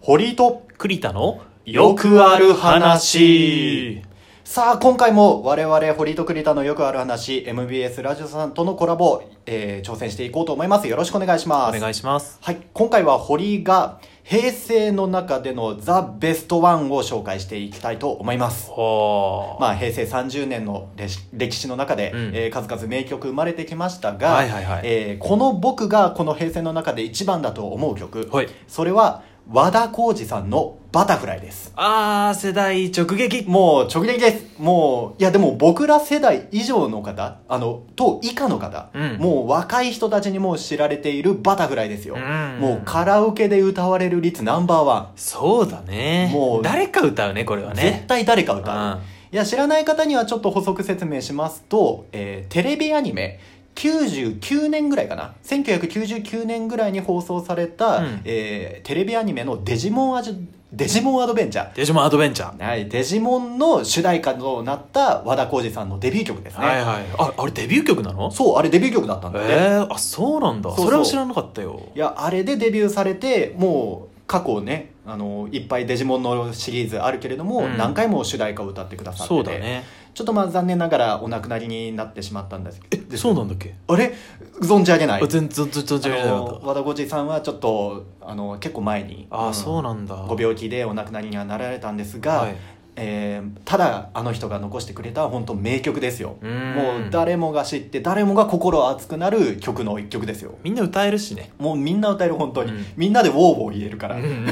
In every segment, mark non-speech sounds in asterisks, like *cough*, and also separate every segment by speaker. Speaker 1: 堀井と
Speaker 2: 栗田の
Speaker 1: よくある話さあ今回も我々堀井と栗田のよくある話 MBS ラジオさんとのコラボ、えー挑戦していこうと思いますよろしくお願いし
Speaker 2: お
Speaker 1: ます
Speaker 2: 願いします
Speaker 1: はい今回は堀井が平成の中でのザ・ベストワンを紹介していきたいと思います
Speaker 2: おー
Speaker 1: まあ、平成30年の歴史歴史の中で、
Speaker 2: うん
Speaker 1: えー数々名曲生まれてきましたが、
Speaker 2: はいはいはい
Speaker 1: えーこの僕がこの平成の中で一番だと思う曲、
Speaker 2: はい
Speaker 1: それは和田浩二さんの「バタフライ」です
Speaker 2: あー世代直撃
Speaker 1: もう直撃ですもういやでも僕ら世代以上の方あのと以下の方、
Speaker 2: うん
Speaker 1: もう若い人たちにも知られている「バタフライ」ですよ、
Speaker 2: うん
Speaker 1: もうカラオケで歌われる率ナンバーワン
Speaker 2: そうだね
Speaker 1: もう
Speaker 2: 誰か歌うねこれは
Speaker 1: 絶
Speaker 2: ね
Speaker 1: 対誰か歌う、
Speaker 2: うん
Speaker 1: いや知らない方にはちょっと補足説明しますと、えーテレビアニメ99年ぐらいかな1999年ぐらいに放送された、
Speaker 2: うん
Speaker 1: えーテレビアニメのデジモンアジュ「デジモンアドベンチャー」
Speaker 2: デジモンアドベンチャー
Speaker 1: はい、デジモンの主題歌となった和田浩二さんのデビュー曲ですね、
Speaker 2: はいはいああれデビュー曲なの
Speaker 1: そうあれデビュー曲だったん
Speaker 2: え
Speaker 1: だって、
Speaker 2: ー、あそうなんだ
Speaker 1: そ
Speaker 2: そう
Speaker 1: そう
Speaker 2: れは知らなかったよ
Speaker 1: いやあれでデビューされてもう過去ねあのいっぱいデジモンのシリーズあるけれども、
Speaker 2: うん
Speaker 1: 何回も主題歌を歌ってくださってて
Speaker 2: そうだね
Speaker 1: ちょっとまあ残念ながらお亡くなりになってしまったんですけど
Speaker 2: えそうなんだっけ、
Speaker 1: あれ存じ上げない
Speaker 2: あ全然全然全然
Speaker 1: あ
Speaker 2: 知らなか
Speaker 1: の
Speaker 2: った
Speaker 1: 和田浩二さんはちょっとあの結構前に
Speaker 2: あー、そう
Speaker 1: の
Speaker 2: なんだ
Speaker 1: ご病気でお亡くなりにはなられたんですが、
Speaker 2: はい
Speaker 1: えーただあの人が残してくれた本当名曲ですよ
Speaker 2: うーん
Speaker 1: もう誰もが知って誰もが心熱くなる曲の一曲ですよ
Speaker 2: みんな歌えるしね
Speaker 1: もうみんな歌える本当に、
Speaker 2: うん
Speaker 1: みんなでウォーウォー言えるから、
Speaker 2: うん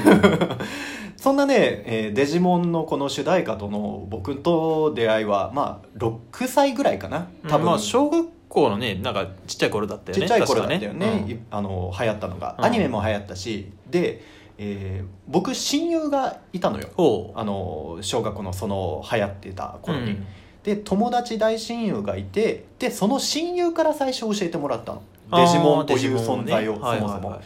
Speaker 1: *laughs* そんなね、えーデジモンのこの主題歌との僕と出会いはまあ6歳ぐらいかな多分、
Speaker 2: まあ小学校のねなんかちっちゃい頃だったよ
Speaker 1: ち
Speaker 2: ね
Speaker 1: っちゃい頃だったよ
Speaker 2: 確
Speaker 1: ね
Speaker 2: かうん
Speaker 1: いあの流行ったのが、
Speaker 2: うん
Speaker 1: アニメも流行ったしで、えー僕親友がいたのよ
Speaker 2: ほう
Speaker 1: あの小学校のその流行ってた頃に、
Speaker 2: うん
Speaker 1: で友達大親友がいてでその親友から最初教えてもらったの
Speaker 2: あー
Speaker 1: デジモンという
Speaker 2: デジモン
Speaker 1: 存
Speaker 2: ね
Speaker 1: 在を、
Speaker 2: はい
Speaker 1: そ
Speaker 2: はい
Speaker 1: も
Speaker 2: は
Speaker 1: そ
Speaker 2: い
Speaker 1: も、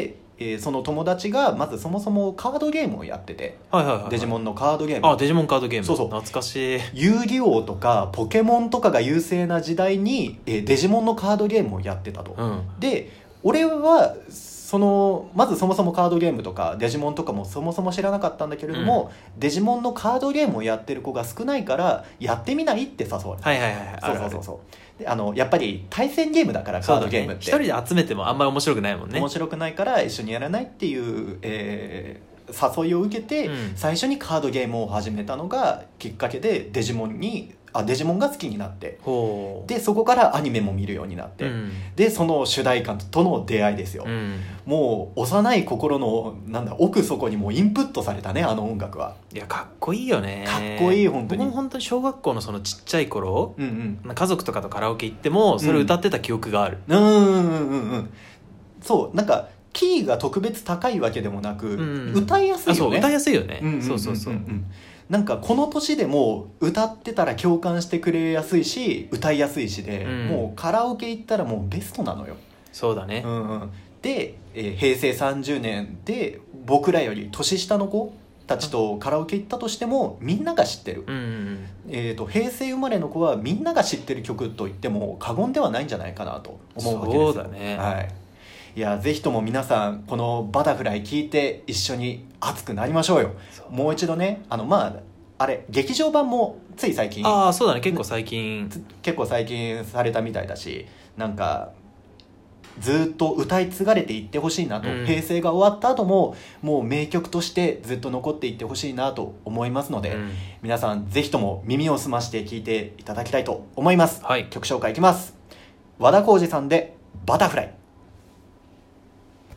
Speaker 1: で、えーその友達がまずそもそもカードゲームをやってて、
Speaker 2: はいはいはい
Speaker 1: デジモンのカードゲーム
Speaker 2: あデジモンカードゲーム
Speaker 1: そうそう
Speaker 2: 懐かしい
Speaker 1: 遊戯王とかポケモンとかが優勢な時代に、えーデジモンのカードゲームをやってたと、
Speaker 2: うん
Speaker 1: で俺はそのまずそもそもカードゲームとかデジモンとかもそもそも知らなかったんだけれども、デジモンのカードゲームをやってる子が少ないからやってみないって誘われた、
Speaker 2: はいはいはいはいあ
Speaker 1: そう
Speaker 2: る
Speaker 1: そ
Speaker 2: あ
Speaker 1: う
Speaker 2: る
Speaker 1: そうそうであのやっぱり対戦ゲームだからカードゲームって、
Speaker 2: そうだね一人で集めてもあんまり面白くないもんね
Speaker 1: 面白くないから一緒にやらないっていう、えー誘いを受けて、
Speaker 2: うん
Speaker 1: 最初にカードゲームを始めたのがきっかけでデジモンにあデジモンが好きになって
Speaker 2: ほう
Speaker 1: でそこからアニメも見るようになって、
Speaker 2: うん
Speaker 1: でその主題歌との出会いですよ、
Speaker 2: うん
Speaker 1: もう幼い心のなんだ奥底にもうインプットされたねあの音楽はい
Speaker 2: やかっこいいよね
Speaker 1: かっこいい本当に
Speaker 2: 僕も本当に小学校のそのちっちゃい頃
Speaker 1: うんうん
Speaker 2: 家族とかとカラオケ行ってもそれを歌ってた記憶がある
Speaker 1: うんうんうんうんそうなんかキーが特別高いわけでもなく、
Speaker 2: うん
Speaker 1: 歌いやす
Speaker 2: あ
Speaker 1: い
Speaker 2: そ
Speaker 1: よ
Speaker 2: う
Speaker 1: ね
Speaker 2: 歌いやすいよね
Speaker 1: んんんんん
Speaker 2: そうそうそう
Speaker 1: なんかこの年でもう歌ってたら共感してくれやすいし歌いやすいしで、
Speaker 2: うん
Speaker 1: もうカラオケ行ったらもうベストなのよ、
Speaker 2: そうだね
Speaker 1: うんうん、で、えー平成30年で僕らより年下の子たちとカラオケ行ったとしてもみんなが知ってる、
Speaker 2: うんうん
Speaker 1: えー、と平成生まれの子はみんなが知ってる曲と言っても過言ではないんじゃないかなと思うわけですよ
Speaker 2: そうだね
Speaker 1: はい、いやぜひとも皆さんこの「バタフライ」聴いて一緒に熱くなりましょうよ
Speaker 2: そう
Speaker 1: もう一度ねあのまああれ劇場版もつい最近
Speaker 2: ああそうだね結構最近
Speaker 1: つ結構最近されたみたいだしなんかずっと歌い継がれていってほしいなと、
Speaker 2: うん
Speaker 1: 平成が終わった後ももう名曲としてずっと残っていってほしいなと思いますので、
Speaker 2: うん
Speaker 1: 皆さんぜひとも耳を澄まして聴いていただきたいと思います
Speaker 2: はい
Speaker 1: 曲紹介いきます和田浩二さんで「バタフライ」